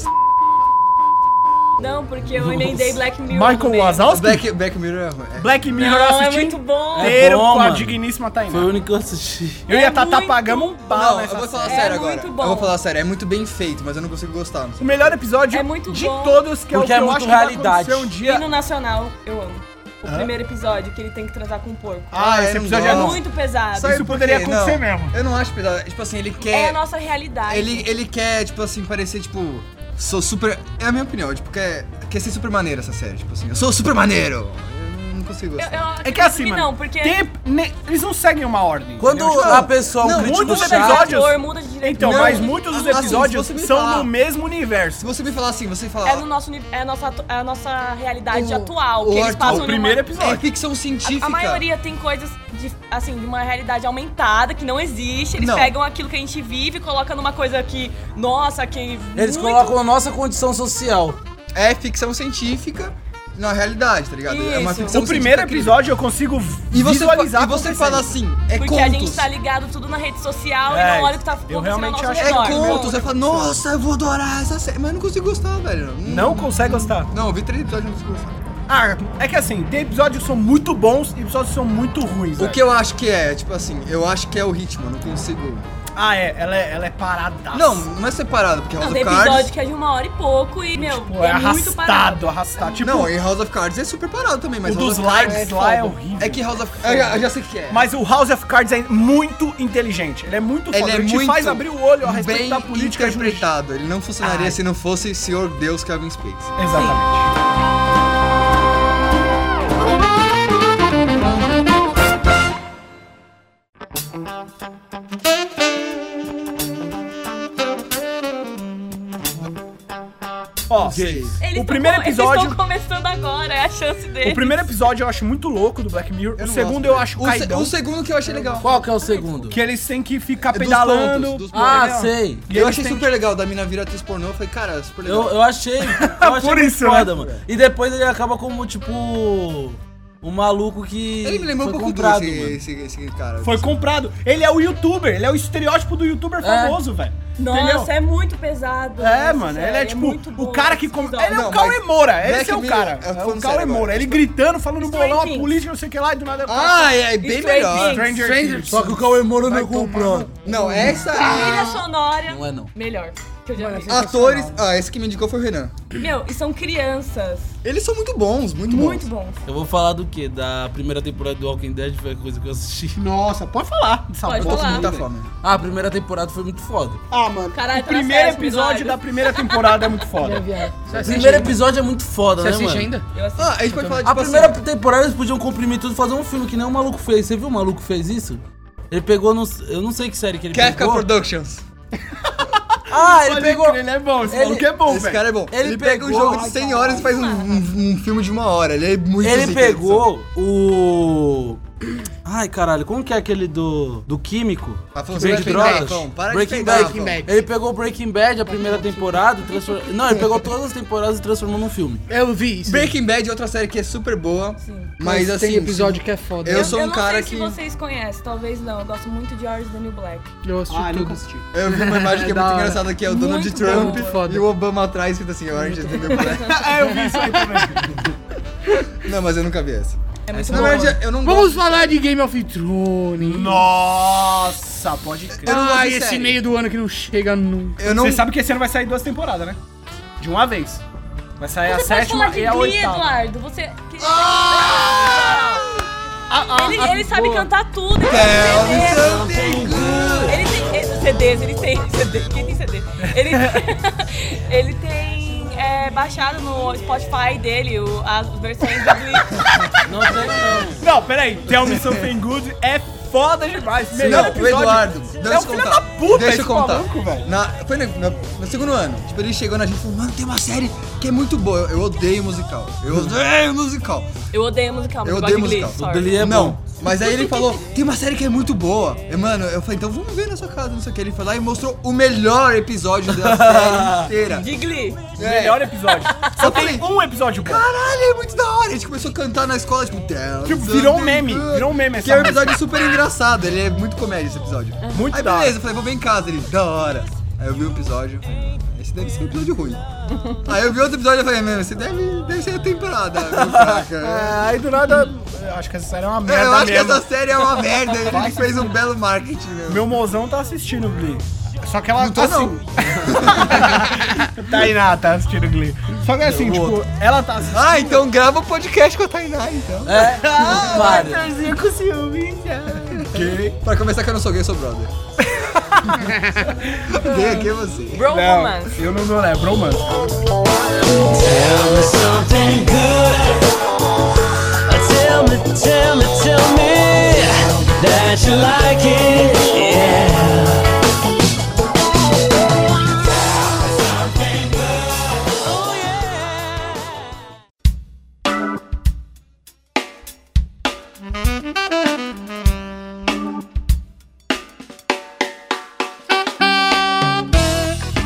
Não, porque eu emendei Black Mirror. no Michael meio. Wazowski? Black, Black, Black Mirror é ruim. Mirror eu Não, é assisti muito bom. É inteiro bom, com a mano. digníssima Tainá. Foi o único que eu assisti. Eu e a É Tata muito pagamos um pau Não, nessa eu vou falar série. série. sério É agora. muito bom. Eu vou falar sério, é muito bem feito, mas eu não consigo gostar. não sei. O melhor episódio É muito de bom. todos que é Porque o é que eu muito acho que vai realidade. acontecer um E dia. no Nacional, eu amo. O primeiro episódio que ele tem que transar com um porco. Ah, esse Ah, é, não episódio é é dá. muito. muito pesado. Sabe- Isso por poderia quê? Não, acontecer mesmo. Eu não acho pesado. Tipo assim, ele É quer. a nossa realidade. Ele, ele quer, tipo assim, parecer, tipo. Sou super. É a minha opinião, tipo, quer, quer ser super maneiro essa série. Tipo assim, eu sou super maneiro. Eu não consigo Eu, eu gostar. É que acredito é assim, mano. não, porque tem- ne- eles não seguem uma ordem. Quando entendeu? a pessoa, um Não, crítico muitos chato, o episódios- ator muda de diretor. Então, Não, mas muitos dos assim, se episódios você me são falar- no mesmo Se universo. você me falar assim, você fala. É, no nosso, uni- é, a, nossa, atu- é a nossa realidade O- atual. o que eles Arthur- passam O primeiro numa... É episódio. ficção científica. A maioria tem coisas de, assim, de uma realidade aumentada que não existe. Eles Não. pegam aquilo que a gente vive e colocam numa coisa que, nossa, que. Eles muito- colocam a nossa condição social. É ficção científica na realidade, tá ligado? É uma Isso. ficção o primeiro científica que- episódio eu consigo E você, fa- visualizar. e você acontecendo. fala assim, é Porque contos. a gente tá ligado tudo na rede social É, e não olha o que tá eu acontecendo ao realmente nosso acho- É redor. contos, aí fala, nossa, eu vou adorar essa série. Mas eu não consigo gostar, velho. Hum. Não consegue gostar. Não, eu vi três episódios e não consigo gostar. Ah, é que assim, tem episódios que são muito bons e episódios que são muito ruins. O velho. que eu acho que é, tipo assim, eu acho que é o ritmo, eu não consigo. Ah, é, ela é, ela é parada. Não, não é separado, porque House Não, of tem Cards. episódio que é de uma hora e pouco e, meu, Tipo, é, é muito parado. arrastado, arrastado. Tipo, Não, e House of Cards é super parado também, mas o House dos of Cards lives é lá é foda. horrível. É que House of Cards. Eu, já- eu já sei o que é. Mas o House of Cards é muito inteligente. Ele é muito Ele foda. é Ele te muito faz abrir o olho a respeito bem da política jurídica. interpretado. Ele não funcionaria Ai. se não fosse Senhor Deus Kevin Spacey. Exatamente. Ó, Eles o primeiro tão- eles episódio. tão começando agora, é a chance dele. O primeiro episódio eu acho muito louco do Black Mirror. Eu o não segundo gosto eu dele. acho o se- caidão. O segundo que eu achei legal. Qual que é o segundo? Que né? eles têm que ficar É dos pedalando. pontos, dos pontos. Ah, Entendeu? sei. E eu eles achei têm super legal da mina vira atriz pornô. Eu falei, cara, é super legal. Eu, eu achei. Eu achei Por muito isso, foda, né? mano. E depois ele acaba como, tipo. Um maluco que. Ele me lembrou um foi pouco do comprado, esse, mano. esse, esse cara. Foi comprado. Ele é o youtuber, ele é o estereótipo do É. youtuber famoso, velho. Nossa, Entendeu? é muito pesado. É, Nossa, mano, sério, ele é tipo muito bom o cara que esse come. episódio. Ele é o Não, Cauê mas Moura, esse Black é o Mirror, cara. eu tô É o falando Cauê sério Moura, agora. ele gritando, falando no Stranger bolão, a Things. política, não sei o que lá, e do nada. Ah, é, é bem Stranger melhor. Things. Ah, Stranger Things. Só que o Cauê Moro não é comprado. Não, essa. Ah. Trilha sonora. Não é, não. Melhor. Que eu já vi. assim, Atores. Ah, esse que me indicou foi o Renan. Meu, e são crianças. Eles são muito bons, muito, Muito bons. bons. Eu vou falar do quê? Da primeira temporada do Walking Dead foi a coisa que eu assisti. Nossa, pode falar. Pode Eu tô com falar. muita fome. Ah, a primeira temporada foi muito foda. Ah, mano. Caralho, o tá na primeiro sétima, episódio Eduardo. da primeira temporada é muito foda. Você O assiste primeiro ainda? episódio é muito foda, Você né, assiste mano? ainda? Eu assim, assisti. Ah, a gente pode falar de A primeira temporada eles podiam comprimir tudo e fazer um filme que nem o maluco fez. Você viu o maluco fez isso? Ele pegou no. Eu não sei que série que ele Kefka pegou. Productions. Ah, ele Pode pegou. crer, Ele é bom, esse Ele- maluco é bom, Esse velho. cara é bom. Ele Ele, pega um pegou- jogo de 100 horas e faz um, um- um filme de uma hora. Ele é muito Ele zica, pegou o. Ai, caralho, como que é aquele do. do químico? Afonso, Que vende vai peidar, drogas? Afon, para de Breaking peidar, Bad. Afon. Ele pegou o Breaking Bad, a primeira temporada, e transformou. Não, ele pegou todas as temporadas e transformou num filme. Eu vi isso. Breaking Bad é outra série que é super boa. Sim. Mas assim. tem episódio que é foda. Eu sou um não cara sei que- se vocês conhecem, talvez não. Eu gosto muito de Orange is the New Black. Eu assisti Ah, tudo. Eu vi uma imagem que é É muito da hora. engraçada que é o Donald Muito Trump bom. Foda. e o Obama atrás escrito assim, Orange is the New Black. É, eu vi isso aí também. Não, mas eu nunca vi essa. É muito Na bom. verdade, eu não Vamos gosto. falar de Game of Thrones. Nossa, pode crer. Eu não gosto Ah, de esse série. meio do ano que não chega nunca. Eu não. Você sabe que esse ano vai sair duas temporadas, né? De uma vez. Vai sair É a Você pode falar sétima de e a Glee, oitava. Eduardo. Você. que- Ah, ah, ele ah, ele sabe boa. É, cantar tudo. Ele Tell é tem me CD. something good. Ele tem é, ele- CDs, ele tem CD. Quem tem CD? Ele, ele tem é, baixado no Spotify dele o- as versões do Glee. Não tem, não. Não, peraí. Tell Me Something Good é foda demais. Melhor Não, o episódio. Eduardo, é deixa um eu filho contar. da puta deixa eu esse contar. maluco, velho. Na, foi no, no- no segundo ano. Tipo, ele chegou na gente e falou, mano, tem uma série que é muito boa. Eu, eu odeio musical. Eu odeio musical. Eu odeio musical, mas Eu eu, gosto de odeio Glee. musical. sorry. Glee é não. bom. Mas aí ele falou, tem uma série que é muito boa. Eu, mano, eu falei, então vamos ver na sua casa, não sei o que. Ele foi lá e mostrou o melhor episódio da série inteira. De Glee. É. Melhor episódio. Só Eu tem falei, um episódio bom. Caralho, é muito da hora. A gente começou a cantar na escola, tipo, "Tell Tipo, me virou um something meme, good." virou um meme essa Que é um música. episódio super engraçado. Ele é muito comédia esse episódio. Muito Aí da hora. beleza, eu falei, vou ver em casa. Ele, da hora. Aí eu vi o episódio, falei, "Mano, esse deve ser um episódio ruim. Aí eu vi outro episódio e falei, mano, esse deve, deve ser a temporada. meio fraca." É, aí do nada. eu Acho que essa série é uma merda eu acho mesmo. que essa série é uma merda. Ele fez um belo marketing, meu. Meu mozão tá assistindo o Glee. Só que ela Ah, Não tô, assim. Tainá tá assistindo Glee. Só que assim, tipo, ela tá assistindo. Ah, então grava o podcast com a Tainá, então. É, Ah, para. Arthurzinho com ciúme. Que? Pra começar que eu não sou gay, eu sou brother. gay aqui é você. Bro Não, Romance. eu não sou, né? Bromance. Tell me something good. Uh, Tell me, tell me, tell me that you like it. Yeah.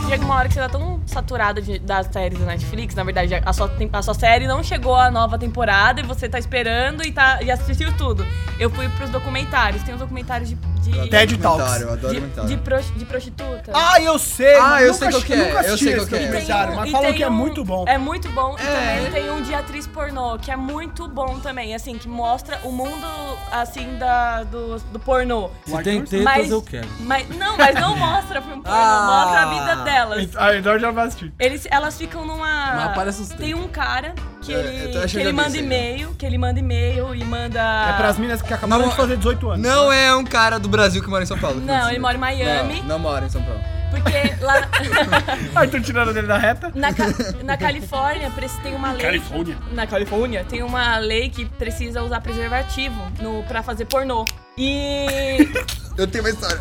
Chega uma hora que você tá tão saturado de- das séries da Netflix, na verdade, a sua, tem- a sua série não chegou à nova temporada e você tá esperando e, tá, e assistiu tudo. Eu fui pros documentários, tem os documentários de. de TED Talks. Documentário, eu adoro de, documentário. de, prosti- de prostituta. Ah, eu sei! Ah, mas eu nunca sei qual assisti- que é, nunca eu assisti sei qual esse que é. documentário, mas e falam tem que é um- muito bom. É muito bom. E também tem um de atriz pornô, que é muito bom também, assim, que mostra o mundo, assim, da, do, do pornô. Se tem tetas, Mas, eu quero. mas- não, mas não mostra filme pornô, Ah. mostra a vida delas. Ah, então eu já vai assistir. Eles, elas ficam numa. Mas aparece os Tem três. um cara que É, eu tô ele, achando que que eu ele vi isso manda aí. e-mail, que ele manda e-mail e manda. É pras meninas que acabaram Não, de fazer 18 anos. Não é um cara do Brasil que mora em São Paulo. Não, ele mora em Miami, Não, não mora em São Paulo. porque lá Aí tu tirando dele da reta? na, Ca- na Califórnia preci- tem uma lei. Califórnia. Na Califórnia tem uma lei que precisa usar preservativo no, pra fazer pornô. E. Eu tenho uma história.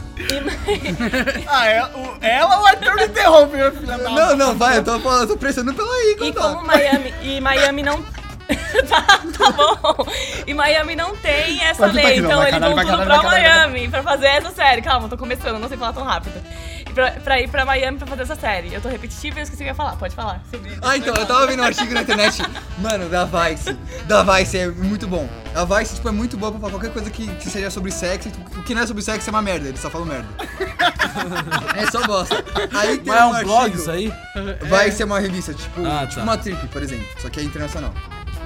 Ah, é, o- ela ou o Arthur me interrompe, meu filho? Não, não, vai, eu tô, falando, eu tô pressionando pela aí, Tá E contar. como Miami. E Miami não. tá, tá bom. E Miami não tem essa Pode, pode, lei. não, Então vai, eles caralho, vão vai, tudo caralho, pra vai, caralho, Miami pra fazer essa série. Calma, tô começando, não sei falar tão rápido. E pra, pra ir pra Miami pra fazer essa série. Eu tô repetitiva e eu esqueci o que eu ia falar. Pode falar. sobre- Ah, então, eu tava vendo um artigo na internet, mano, da Vice. Da Vice é muito bom. A Vice, tipo, é muito boa pra falar qualquer coisa que, que seja sobre sexo. O que não é sobre sexo é uma merda, eles só falam merda. é só bosta. Aí tem Mas é um artigo- blog isso aí? Vai ser uma revista, tipo, Ah, tipo tá. uma trip, por exemplo, só que é internacional.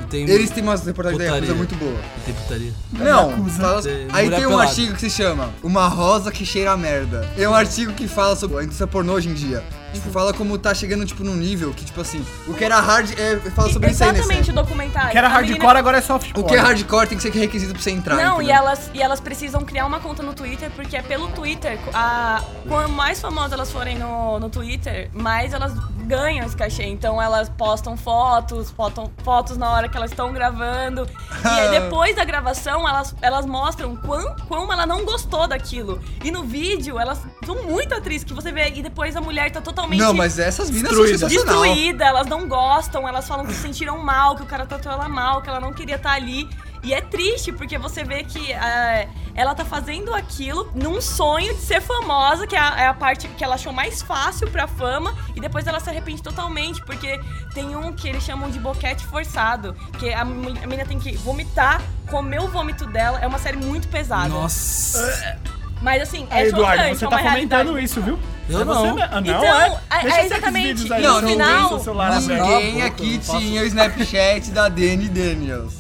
E tem, Eles têm umas reportagens da Yakuza Putaria. muito boa. tem putaria. Não, fala- Tem aí mulher tem um pelada. artigo que se chama Uma Rosa que Cheira a Merda. É um artigo que fala sobre a indústria pornô hoje em dia. Tipo, fala como tá chegando, tipo, num nível que, tipo assim, o que era hard é, fala sobre isso aí nesse- Exatamente o documentário. Que era A menina- hardcore, agora é softcore. O que é hardcore tem que ser requisito pra você entrar. Não, e entendeu? elas, e elas precisam criar uma conta no Twitter, porque é pelo Twitter. A, quanto mais famosas elas forem no, no Twitter, mais elas ganham esse cachê. Então elas postam fotos, postam fotos na hora que elas estão gravando. E aí, depois da gravação, elas, elas mostram quão, quão ela não gostou daquilo. E no vídeo, elas são muito atrizes, que você vê. E depois a mulher tá totalmente Não, mas essas minas Destruída. são sensacional. destruída, elas não gostam, elas falam que se sentiram mal, que o cara tratou ela mal, que ela não queria estar ali. E é triste, porque você vê que é, ela tá fazendo aquilo num sonho de ser famosa, que é a, é a parte que ela achou mais fácil pra fama, e depois ela se arrepende totalmente, porque tem um que eles chamam de boquete forçado, que a, mu- a menina tem que vomitar, comer o vômito dela, é uma série muito pesada. Nossa. Mas assim, é Aí, Eduardo, chocante, você é tá uma fomentando realidade. isso, viu? Eu É você não. mesmo. Ah, não, Então, é? é- Deixa é eu ver que os exatamente. vídeos aí No são bem final- seu celular né? Mas aberto. cala a Ninguém boca, eu aqui não faço tinha o Snapchat da Dani Daniels.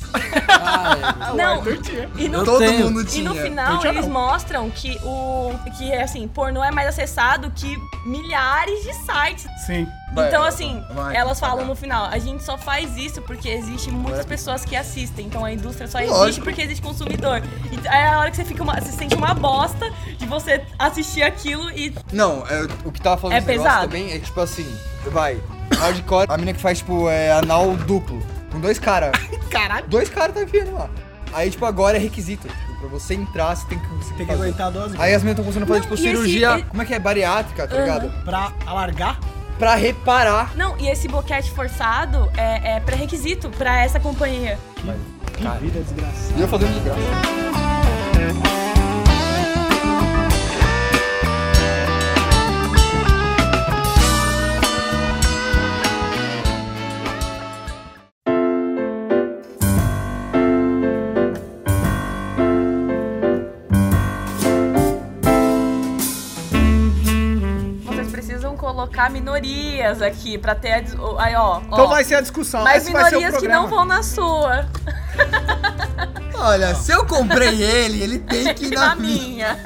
Ah, Ah, o Não. Arthur tinha. E no, Eu Todo tenho. mundo e tinha. no Eu final tinha eles não. mostram que o que é assim, pornô é mais acessado que milhares de sites. Sim. Vai, então assim, vai, elas vai. falam no final, a gente só faz isso porque existe muitas pessoas que assistem, então a indústria só existe Lógico. porque existe consumidor. E aí é a hora que você fica uma, você sente uma bosta de você assistir aquilo e Não, é, o que tava falando É desse negócio pesado. também é que, tipo assim, vai, hardcore, a mina que faz, tipo, é, anal duplo, com dois caras. Caralho. Dois caras tá enfiando lá. Aí, tipo, agora é requisito. Pra você entrar, você tem que conseguir Tem que fazer. aguentar duas vezes. Aí as meninas estão conseguindo fazer, tipo, Não, e esse- cirurgia, e- como é que é, bariátrica, tá ligado? Pra alargar? Pra reparar. não, e esse boquete forçado é, é pré-requisito pra essa companhia. Que vida desgraçada. E eu fazendo de graça. Vocês precisam colocar minorias aqui pra ter a, dis- o- aí ó, Então ó. vai ser a discussão. Mas Esse vai ser o minorias que programa. não vão na sua. Olha, se eu comprei ele, ele tem que ir na, na minha. minha.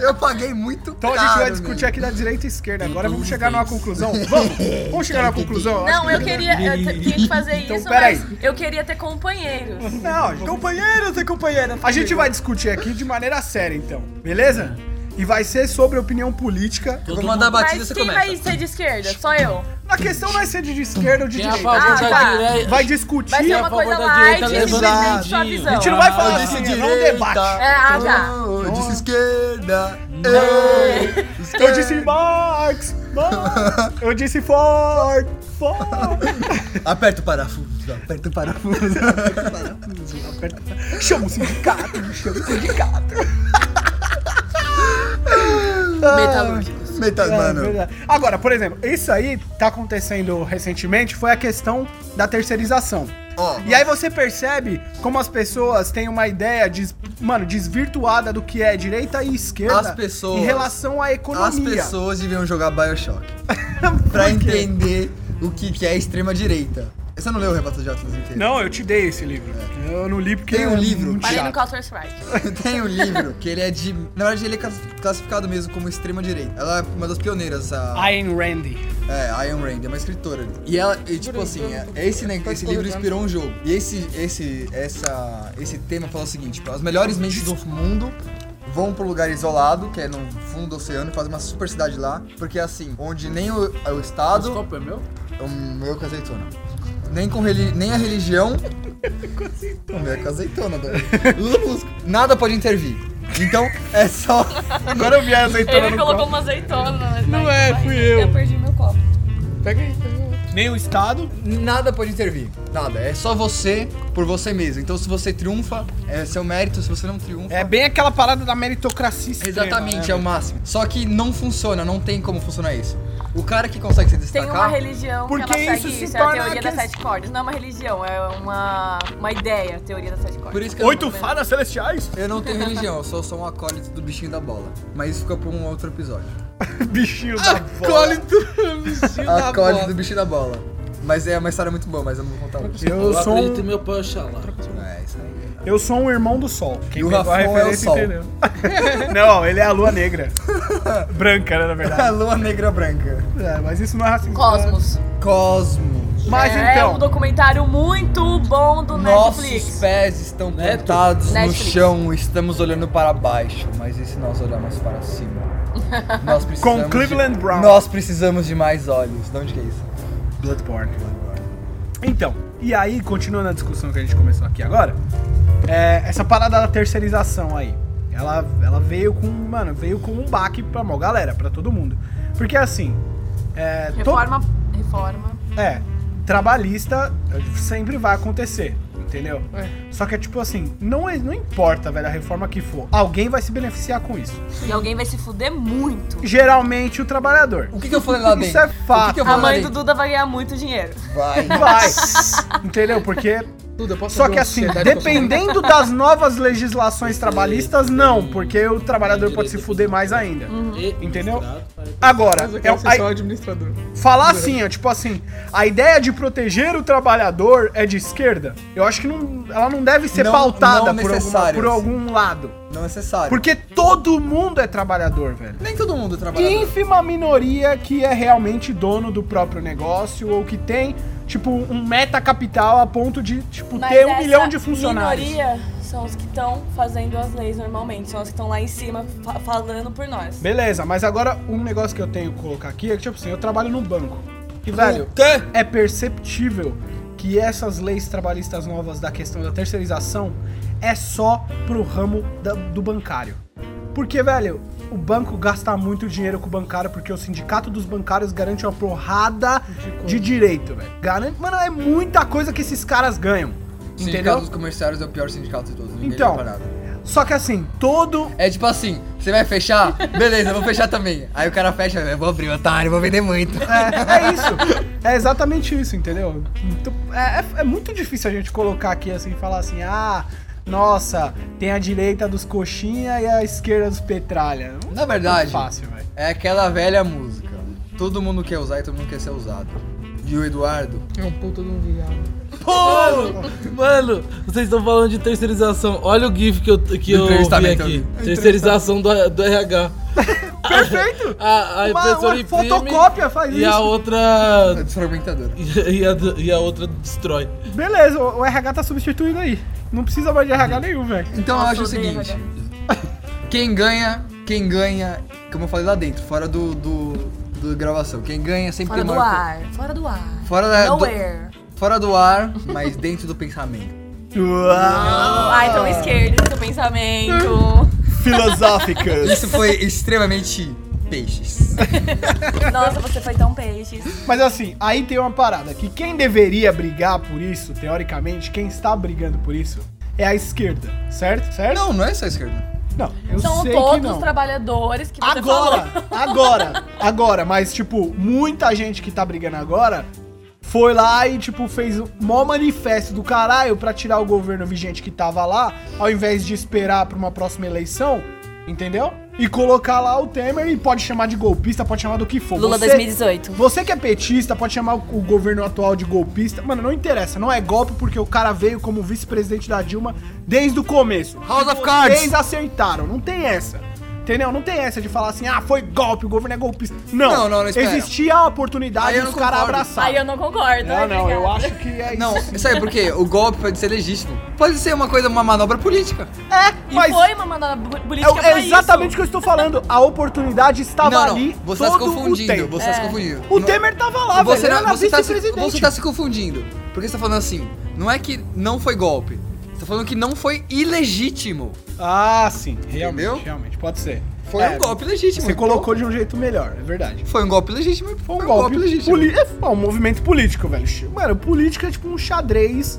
Eu paguei muito Então caro. a gente vai discutir nele. aqui da direita e esquerda. Tem Agora vamos todos chegar numa eles. conclusão. Vamos! Vamos chegar numa conclusão? acho Não, que eu já- queria. Eu te- tinha que fazer Então, isso, peraí. mas eu queria ter companheiros. Não, companheiros e companheiras. A gente vai discutir aqui de maneira séria, então. Beleza? E vai ser sobre opinião política. Eu vou mandar a batida mas você quem começa. vai ser de esquerda? Só eu. A questão vai ser de de esquerda ou de Quem é a direita. favor Ah, da tá. direita? Vai discutir. Vai ser A uma a favor coisa da direita, light, simplesmente sua levantadinho. visão. gente não vai falar Eu disse assim, é um direita. debate. É, ah, tá. Eu disse esquerda. Ei, Eu esquerda. disse Marx, Marx. Eu disse Ford, Ford. Aperta o parafuso, aperta o parafuso. Chama o sindicato, chama o sindicato. Metalúrgicos. Meta, É, tá, mano. verdade. Agora, por exemplo, isso aí tá acontecendo recentemente foi a questão da terceirização. Ó. E aí você percebe como as pessoas têm uma ideia, des- mano, desvirtuada do que é direita e esquerda As pessoas- em relação à As economia. pessoas deviam jogar Bioshock pra entender o que, que é extrema-direita. Você não leu o Revolta de Atlas inteiro? Não, eu te dei esse livro. Eu não li porque Tem um é livro. muito Parei no chato. Counter Strike. Tem um livro que ele é de. Na verdade, ele é cas- classificado mesmo como extrema-direita. Ela é uma das pioneiras, a. Ayn Randy. É, Ayn Rand, é uma escritora. E ela, e, tipo assim, é- esse, ne- esse livro inspirou um jogo. E esse, esse, essa, esse tema fala o seguinte: tipo, as melhores mentes do mundo vão pra um lugar isolado, que é no fundo do oceano, e fazem uma super cidade lá. Porque assim, onde nem o, o Esse Estado. copo é meu? O meu é com azeitona. Nem, com reli- nem a religião. O meu é com azeitona. Dani. Lula Molusco. Nada pode intervir. Então, é só. Agora eu vi a azeitona Ele Então, no colocou copo. uma azeitona. Não na- é, na fui barriga. eu. Eu perdi meu copo. Pega aí, pega aí. Nem o Estado. Nada pode intervir. Nada. É só você por você mesmo. Então, se você triunfa, é seu mérito. Se você não triunfa. É bem aquela parada da meritocracia extrema, Exatamente, né? é o máximo. Só que não funciona, não tem como funcionar isso. O cara que consegue se Tem destacar. uma religião Porque que ela isso segue se isso, é a torna teoria que- das sete cordas. Não é uma religião, é uma, uma ideia, a teoria das sete cordas. Por isso que eu Oito não- fadas celestiais? Eu não tenho religião, eu sou só um acólito do bichinho da bola. Mas isso fica pra um outro episódio. Bichinho Ah, da bola. Acólito do bichinho da Acorde bola. do bicho da bola. Mas é uma história muito boa, mas eu não vou contar hoje. Eu Eu sou, acredito em um, meu pai, Oxalá. É, isso aí. eu sou um irmão do sol. E o pegou a Rafão é o referência sol. entendeu. não, ele é a lua negra. Branca, né, na A Tá. verdade. lua negra branca. É, mas isso não é racismo. Cosmos. Cosmos. Mas é um então, documentário muito bom do Nossos Netflix. pés estão plantados no Netflix. chão, estamos olhando para baixo, mas e se nós olharmos para cima? Nós precisamos Com Cleveland de... Brown. Nós precisamos de mais olhos. De onde que é isso? Bloodborne. Então, e aí, continuando a discussão que a gente começou aqui agora, é, essa parada da terceirização aí, ela, ela veio com, mano, veio com um baque pra mal galera, pra todo mundo. Porque assim, é, to- Reforma. Reforma. É, trabalhista eh, sempre vai acontecer, entendeu? Só que é tipo assim, não, é- não importa, velho, a reforma que for, alguém vai se beneficiar com isso. E alguém vai se fuder muito. Geralmente o trabalhador. O que, que eu falei lá dentro? Isso O é que que fato. eu falei A lá mãe do dentro? Duda vai ganhar muito dinheiro. Vai. Vai. entendeu? Porque Duda, eu posso Só abrir que uma assim, sociedade com a sua dependendo das novas legislações trabalhistas, não, porque o trabalhador pode se fuder mais ainda. Entendeu? Agora, Uhum. Mas eu é, quero ser aí- só administrador. falar assim, ó, tipo assim, a ideia de proteger o trabalhador é de esquerda. Eu acho que não, ela não deve ser Não- não pautada por, alguma- necessário, por assim. algum lado. Não é necessário. Porque todo mundo é trabalhador, velho. nem todo mundo trabalha. Ínfima minoria que é realmente dono do próprio negócio ou que tem, tipo, um meta capital a ponto de, tipo, Mas ter um essa milhão de funcionários. minoria são os que estão fazendo as leis normalmente, são os que estão lá em cima fa- falando por nós. Beleza, mas agora um negócio que eu tenho que colocar aqui é que, tipo assim, eu trabalho no banco. E, velho, Quê? é perceptível que essas leis trabalhistas novas da questão da terceirização é só pro ramo da- do bancário. Porque, velho, o banco gasta muito dinheiro com o bancário porque o sindicato dos bancários garante uma porrada de direito, velho. Garante, mano, é muita coisa que esses caras ganham. O sindicato Entendeu? dos comerciários é o pior sindicato de todos. ninguém Então. dá parada. Só que assim, todo É tipo assim, você vai fechar? Beleza, eu vou fechar também. Aí o cara fecha, eu vou abrir, otário, vou vender muito. É, é isso. É exatamente isso, entendeu? Então, é, é- é muito difícil a gente colocar aqui assim, falar assim, ah, nossa, tem a direita dos coxinha e a esquerda dos petralha. Não Na verdade, é fácil, velho. é aquela velha música. Todo mundo quer usar e todo mundo quer ser usado. E o Eduardo? É um puta de um viado. Mano, mano, vocês estão falando de terceirização. Olha o GIF que eu, que eu vi Entrevistamento. aqui. Terceirização do, do RH. Perfeito! A, a Uma- impressora uma imprime fotocópia faz e a É isso. outra... desfragmentador. E a, e a outra destrói. Beleza, o, o RH tá substituindo aí. Não precisa mais de RH nenhum, velho. Então eu acho o odeio seguinte. Quem ganha, quem ganha, como eu falei lá dentro, fora do, do, do gravação, quem ganha sempre Fora tem do maior- ar, fora do ar. Fora da- do, Nowhere. fora do ar, mas dentro do pensamento. Ah, então esquerda, seu pensamento. Filosóficas. Isso foi extremamente peixes. Nossa, você foi tão peixe. Mas assim, aí tem uma parada que quem deveria brigar por isso, teoricamente, quem está brigando por isso, é a esquerda, certo? Certo? Não, não é só a esquerda. Não, eu São sei que todos não. os trabalhadores que você Agora, falou. agora, agora, mas tipo, muita gente que tá brigando agora foi lá e tipo fez o maior manifesto do caralho pra tirar o governo vigente que tava lá, ao invés de esperar pra uma próxima eleição, entendeu? E colocar lá o Temer e pode chamar de golpista, pode chamar do que for. Lula Você- 2018. Você que é petista pode chamar o o governo atual de golpista. Mano, não interessa, não é golpe porque o cara veio como vice-presidente da Dilma desde o começo. House of Vocês Cards. acertaram, não tem essa. Entendeu? Não tem essa de falar assim, ah, foi golpe, o governo é golpista. Não, Não, não, não espera. Existia a oportunidade Aí eu dos não caras concordo. abraçarem. Aí eu não concordo. Não, né, não, eu acho que é isso. Não, sabe por quê? O golpe pode ser legítimo. Pode ser uma coisa, uma manobra política. É, E mas foi uma mandada bu- é, política o- pra é exatamente o que eu estou falando. A oportunidade estava não, ali. não. Você tá se todo o confundindo. tempo. Você tá É. se confundindo. O Não- Temer tava lá, você, velho. não, Ele era você, tá se, vice-presidente. você tá se confundindo. Porque você tá falando assim, não é que não foi golpe. Você tá falando que não foi ilegítimo. Ah, sim. Realmente, Entendeu? realmente. Pode ser. Foi É, um golpe legítimo. Você Então, colocou de um jeito melhor, é verdade. Foi um golpe legítimo. e Foi um golpe, legítimo. poli- é, é um movimento político, velho. Ch- Mano, política é tipo um xadrez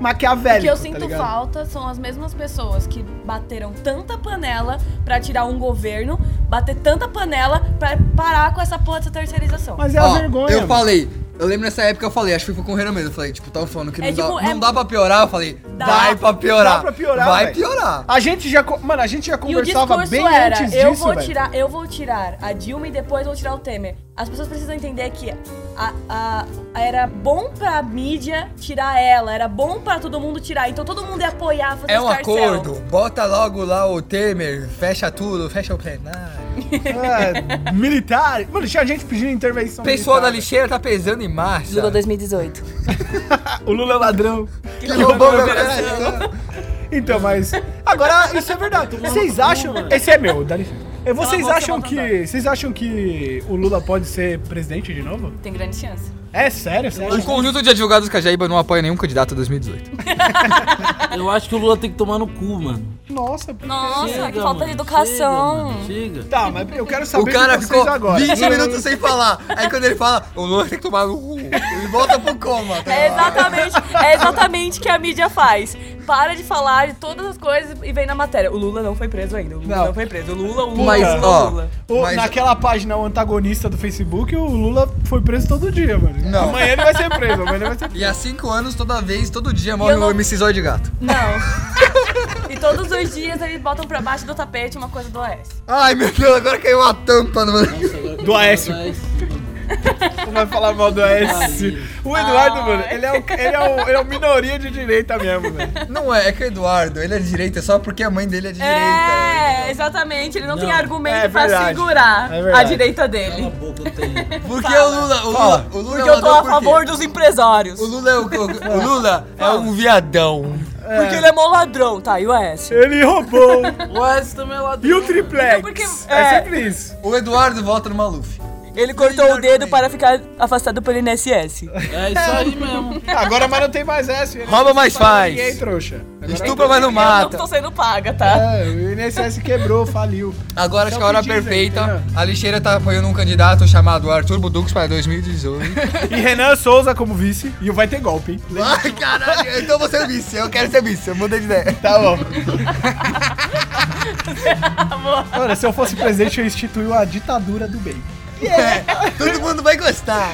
maquiavélico, O que eu tá sinto ligado? falta são as mesmas pessoas que bateram tanta panela pra tirar um governo, bater tanta panela pra parar com essa porra dessa terceirização. Mas é Ó, a vergonha. Eu mano. falei. Eu lembro nessa época eu falei, acho que foi com o Renan mesmo. Eu falei, tipo, tava falando que É não, dá, tipo, é- não dá pra piorar. Eu falei, Dá. vai pra piorar. Dá pra piorar, Vai velho. piorar. A gente já, co- mano, a gente já E o conversava discurso bem era, antes eu disso, vou velho. tirar, eu vou tirar a Dilma e depois vou tirar o Temer. As pessoas precisam entender que a, a- a- era bom pra mídia tirar ela, era bom pra todo mundo tirar. Então todo mundo ia apoiar, fazer É um escarcel. acordo. Bota logo lá o Temer, fecha tudo, fecha o plenário. É, militar. Mano, tinha gente pedindo intervenção. Pessoal da militar. lixeira tá pesando em marcha. Lula 2018. O Lula é ladrão. Que né? roubou meu coração. Então, mas. Agora, isso é verdade. Vocês acham. Esse é meu, dá licença. Eh, Vocês boca, acham volta que. Vocês acham que o Lula pode ser presidente de novo? Tem grande chance. É sério? Você acha? O Um conjunto de advogados Cajaíba não apoia nenhum candidato a 2018. Eu acho que o Lula tem que tomar no cu, mano. Nossa, por quê? Nossa, que Chega, falta de mano, educação. Chega. mano, chega. Tá, mas eu quero O saber cara de vocês ficou agora. 20 É. minutos sem falar. Aí quando ele fala, o Luan tem que tomar no cu. Ele volta pro coma. tá É ligado? exatamente, é exatamente o que a mídia faz. Para de falar de todas as coisas e vem na matéria. O Lula não foi preso ainda. O Lula não, Não. foi preso. O Lula, o Lula, Mas, o Lula, ó, o Lula. O- Mas- Naquela página o antagonista do Facebook, o Lula foi preso todo dia, mano. Não. Amanhã ele vai ser preso, amanhã ele vai ser preso. E há 5 anos, toda vez, todo dia, morre eu não- o MC Zóio de Gato. Não. e todos os dias eles botam pra baixo do tapete uma coisa do Oeste. Ai, meu Deus, agora caiu a tampa no... Do Aécio. Não vai falar mal do S. O Eduardo, mano, ele é o, ele é o, ele é o minoria de direita mesmo, velho. Não é, é que o Eduardo, ele é de direita só porque a mãe dele é de direita. É, exatamente. Ele não, tem Não. argumento É pra verdade. segurar É a verdade. direita dele. Porque o Lula, o Lula, o Lula Porque eu tô ladrão a por quê? favor dos empresários. O Lula é, o, o- o Lula é um viadão. Porque ele é mó ladrão, tá? E o S? Ele roubou. O Wes também é ladrão. E o triplex? Não, porque- é é. sempre isso. O Eduardo volta no Maluf. Ele cortou o Melhor dedo também. para ficar afastado pelo INSS. É isso aí mesmo. Agora, mas não tem mais S. ele Rouba, não mas para faz. Ninguém, trouxa. Agora- Estupra, mas não Eu não mata. tô sendo paga, tá? É, o INSS quebrou, faliu. Agora acho É o que a hora que dizem, perfeita. entendeu? A lixeira tá apoiando um candidato chamado Arthur Budux para 2018. E Renan Souza como vice. E vai ter golpe, hein? Ai, caralho, então você é vice. Eu quero ser vice. Eu mudei de ideia. Tá bom. Olha, se eu fosse presidente, eu instituo a ditadura do bem. É, todo mundo vai gostar.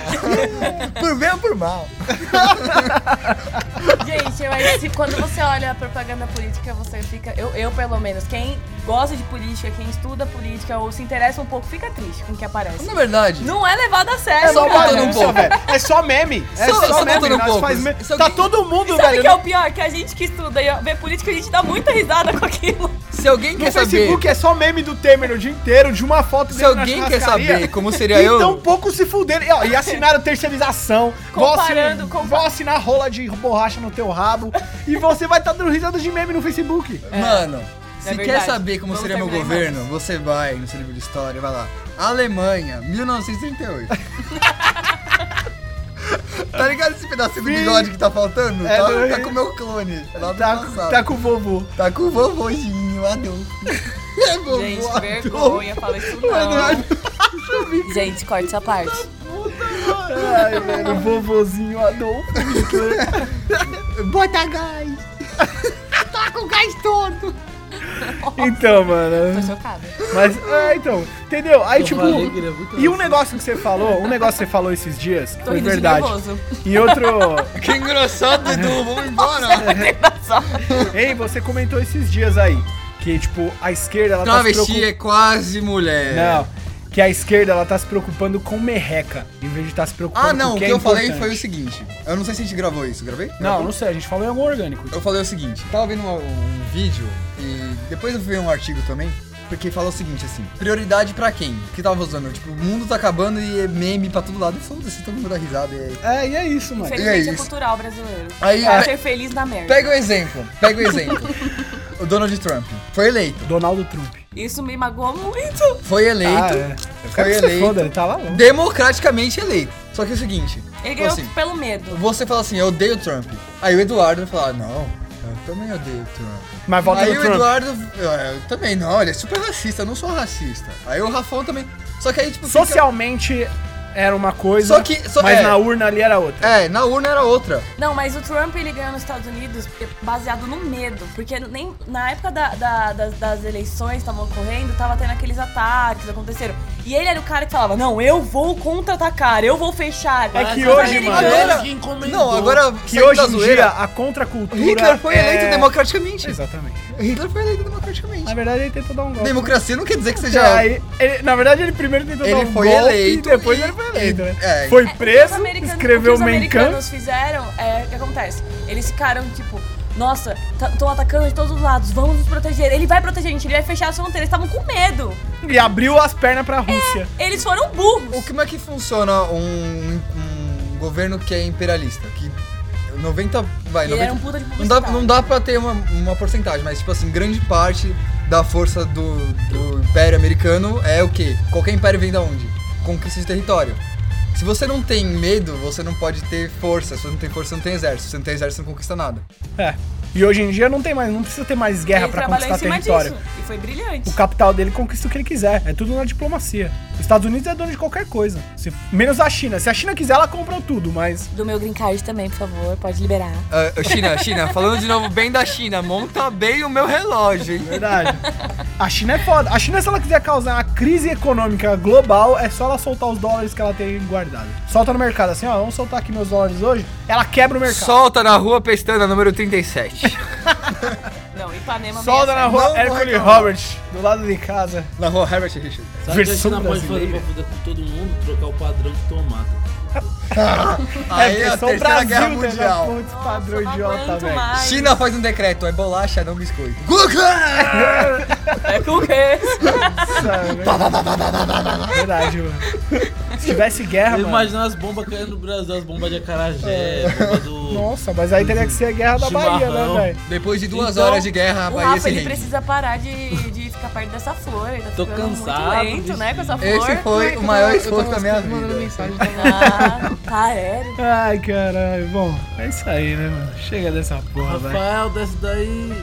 Por bem ou por mal. Gente, mas se, assim, quando você olha a propaganda política, você fica. Eu, eu, pelo menos, quem gosta de política, quem estuda política ou se interessa um pouco, fica triste com o que aparece. Na verdade, Não é levado a sério, É só cara. botando um bagunça, pouco. velho. É só meme. É Só- só, só meme. botando um Nós pouco. faz meme. Isso é o Tá que- todo mundo, Sabe o velho. que é o pior? Que a gente que estuda e vê política, a gente dá muita risada com aquilo. se alguém No quer saber. Facebook é só meme do Temer o dia inteiro, de uma foto Se dele na alguém quer churrascaria. saber como seria e eu. tão pouco se fuderam. E, ó, e assinaram terceirização. Comparando, vou, assinar, compa- vou assinar rola de borracha no teu rabo. e você vai estar dando risada de meme no Facebook. Mano, se quer verdade. saber como Vamos seria meu terminar em governo, você vai no seu livro de história, vai lá. Alemanha, 1938. tá ligado esse pedacinho do Sim. bigode que tá faltando? É, tá, do- tá com o meu clone. Lá do Tá, passado. tá com o vovô. Tá com o vovôzinho, Adolfo. É vovô Gente, Adolfo. vergonha, fala isso não. Gente, corta essa parte. Ai, velho, vovôzinho Adolfo. Bota gás. Tá com gás todo. Então, mano. Tô chocada. Mas, é, então, entendeu? Aí, tipo. falei que ele é muito E um negócio que você falou, um negócio que você falou esses dias, Tô foi rindo de É verdade. nervoso. E outro. Que engraçado, Edu. Vamos embora. Ei, você comentou esses dias aí. Que, tipo, a esquerda ela tá se Travesti preocupando. é quase mulher. Não. Que a esquerda ela tá se preocupando com merreca, em vez de estar se preocupando Ah, com não. O o que é eu falei importante. foi o seguinte. Eu não sei se a gente gravou isso. Gravei? Não, não sei, a gente falou em algum orgânico. Eu falei o seguinte, tava vendo um, um vídeo e depois eu vi um artigo também, porque fala o seguinte assim, prioridade pra quem? Que tava usando, tipo, o mundo tá acabando e é meme pra todo lado, e foda-se, todo mundo dá risada e é... É, e é isso, mano. Infelizmente E é é isso. cultural brasileiro. Aí, É pe- ser feliz na merda. pega o exemplo, pega o exemplo. o Donald Trump foi eleito, Donaldo Trump. Isso me magoou muito. foi eleito, Ah, é. Eu Foi quero que você eleito. foda, ele tá lá longe. democraticamente eleito. Só que é o seguinte, Tipo Ele falou ganhou assim, pelo medo. você fala assim, eu odeio o Trump. Aí o Eduardo fala, "Ah, não, eu também odeio o Trump. Mas volta aí no o Trump. Eduardo. Eu, eu também não, ele é super racista, eu não sou racista. Aí o Rafão também. Só que aí, tipo. fica- Socialmente era uma coisa, Só que- só- mas é. na urna ali era outra. É, na urna era outra. Não, mas o Trump ele ganhou nos Estados Unidos baseado no medo. Porque nem na época da- da- das, das eleições que estavam ocorrendo, tava tendo aqueles ataques, aconteceram. E ele era o cara que falava: Não, eu vou contra-atacar, eu vou fechar. É que Mas hoje, ele mano, ganhou. Agora- Não, agora. Que saindo hoje da em tá zoeira, dia a contracultura. Hitler foi é- eleito democraticamente. Exatamente. Hitler foi eleito democraticamente. Na verdade, ele tentou dar um golpe. Democracia não quer dizer que É, seja. aí, ele- na verdade, ele primeiro tentou Ele dar um foi golpe eleito e depois e- ele foi eleito, né? é. foi É, preso, o que os americanos- escreveu o que os Mein Kampf. americanos fizeram é o que acontece. Eles ficaram tipo, nossa, estão atacando de todos os lados, vamos nos proteger. Ele vai proteger a gente, ele vai fechar as fronteiras. Eles estavam com medo. e abriu as pernas pra Rússia. Eles foram burros. O, como é que funciona um, um governo que é imperialista? Que 90. Vai, Ele era 90 um puta de Não dá, publicidade. não dá pra ter uma, uma porcentagem, mas, tipo assim, grande parte da força do, do Império Americano é o quê? Qualquer império vem da onde? Conquista de território. Se você não tem medo, você não pode ter força. Se você não tem força, você não tem exército. Se você não tem exército, você não conquista nada. É. E hoje em dia não tem mais, não precisa ter mais guerra ele pra trabalhou em conquistar cima território. disso. E foi brilhante. O capital dele conquista o que ele quiser. É tudo na diplomacia. Os Estados Unidos é dono de qualquer coisa. Se- menos a China. Se a China quiser, ela compra tudo, mas. Do meu green card também, por favor, pode liberar. Ah, China, China, falando de novo bem da China, monta bem o meu relógio, hein? Verdade. A China é foda. A China, se ela quiser causar uma crise econômica global, é só ela soltar os dólares que ela tem guardado. Solta no mercado, assim, ó, vamos soltar aqui meus dólares hoje. Ela quebra o mercado. Solta na rua Pestana, número 37. Não, Ipanema Solta na ameaça. rua Não, Hercule porra, Robert, do lado de casa. na rua Herbert Richard. Versão Sabe o que a China pode fazer brasileira. pra foder com todo mundo? Trocar o padrão de tomada. Aí porque é a só Terceira Guerra tem essa Mundial. porra desse padrão não idiota, aguento velho. mais. China faz um decreto, é bolacha, não biscoito. Guga! É com esse. Nossa, velho. Verdade, mano. Se tivesse guerra, Eu Ah, mano. imagino as bombas caindo no Brasil, as bombas de acarajé, bomba do... Nossa, mas aí teria que ser a guerra da Bahia, né, Chimarrão. velho? Depois de duas Então, horas de guerra, a O Bahia Rafa, se ele rende. precisa parar de, de ficar perto dessa flor. Ele tá Tô ficando cansado muito lento, de- né, com essa flor. Esse foi o maior esforço da minha Mandando vida. mensagem. Ah, tá, é. Ai, caralho. Bom, é isso aí, né, mano? Chega dessa porra, velho. Rafael, desce daí.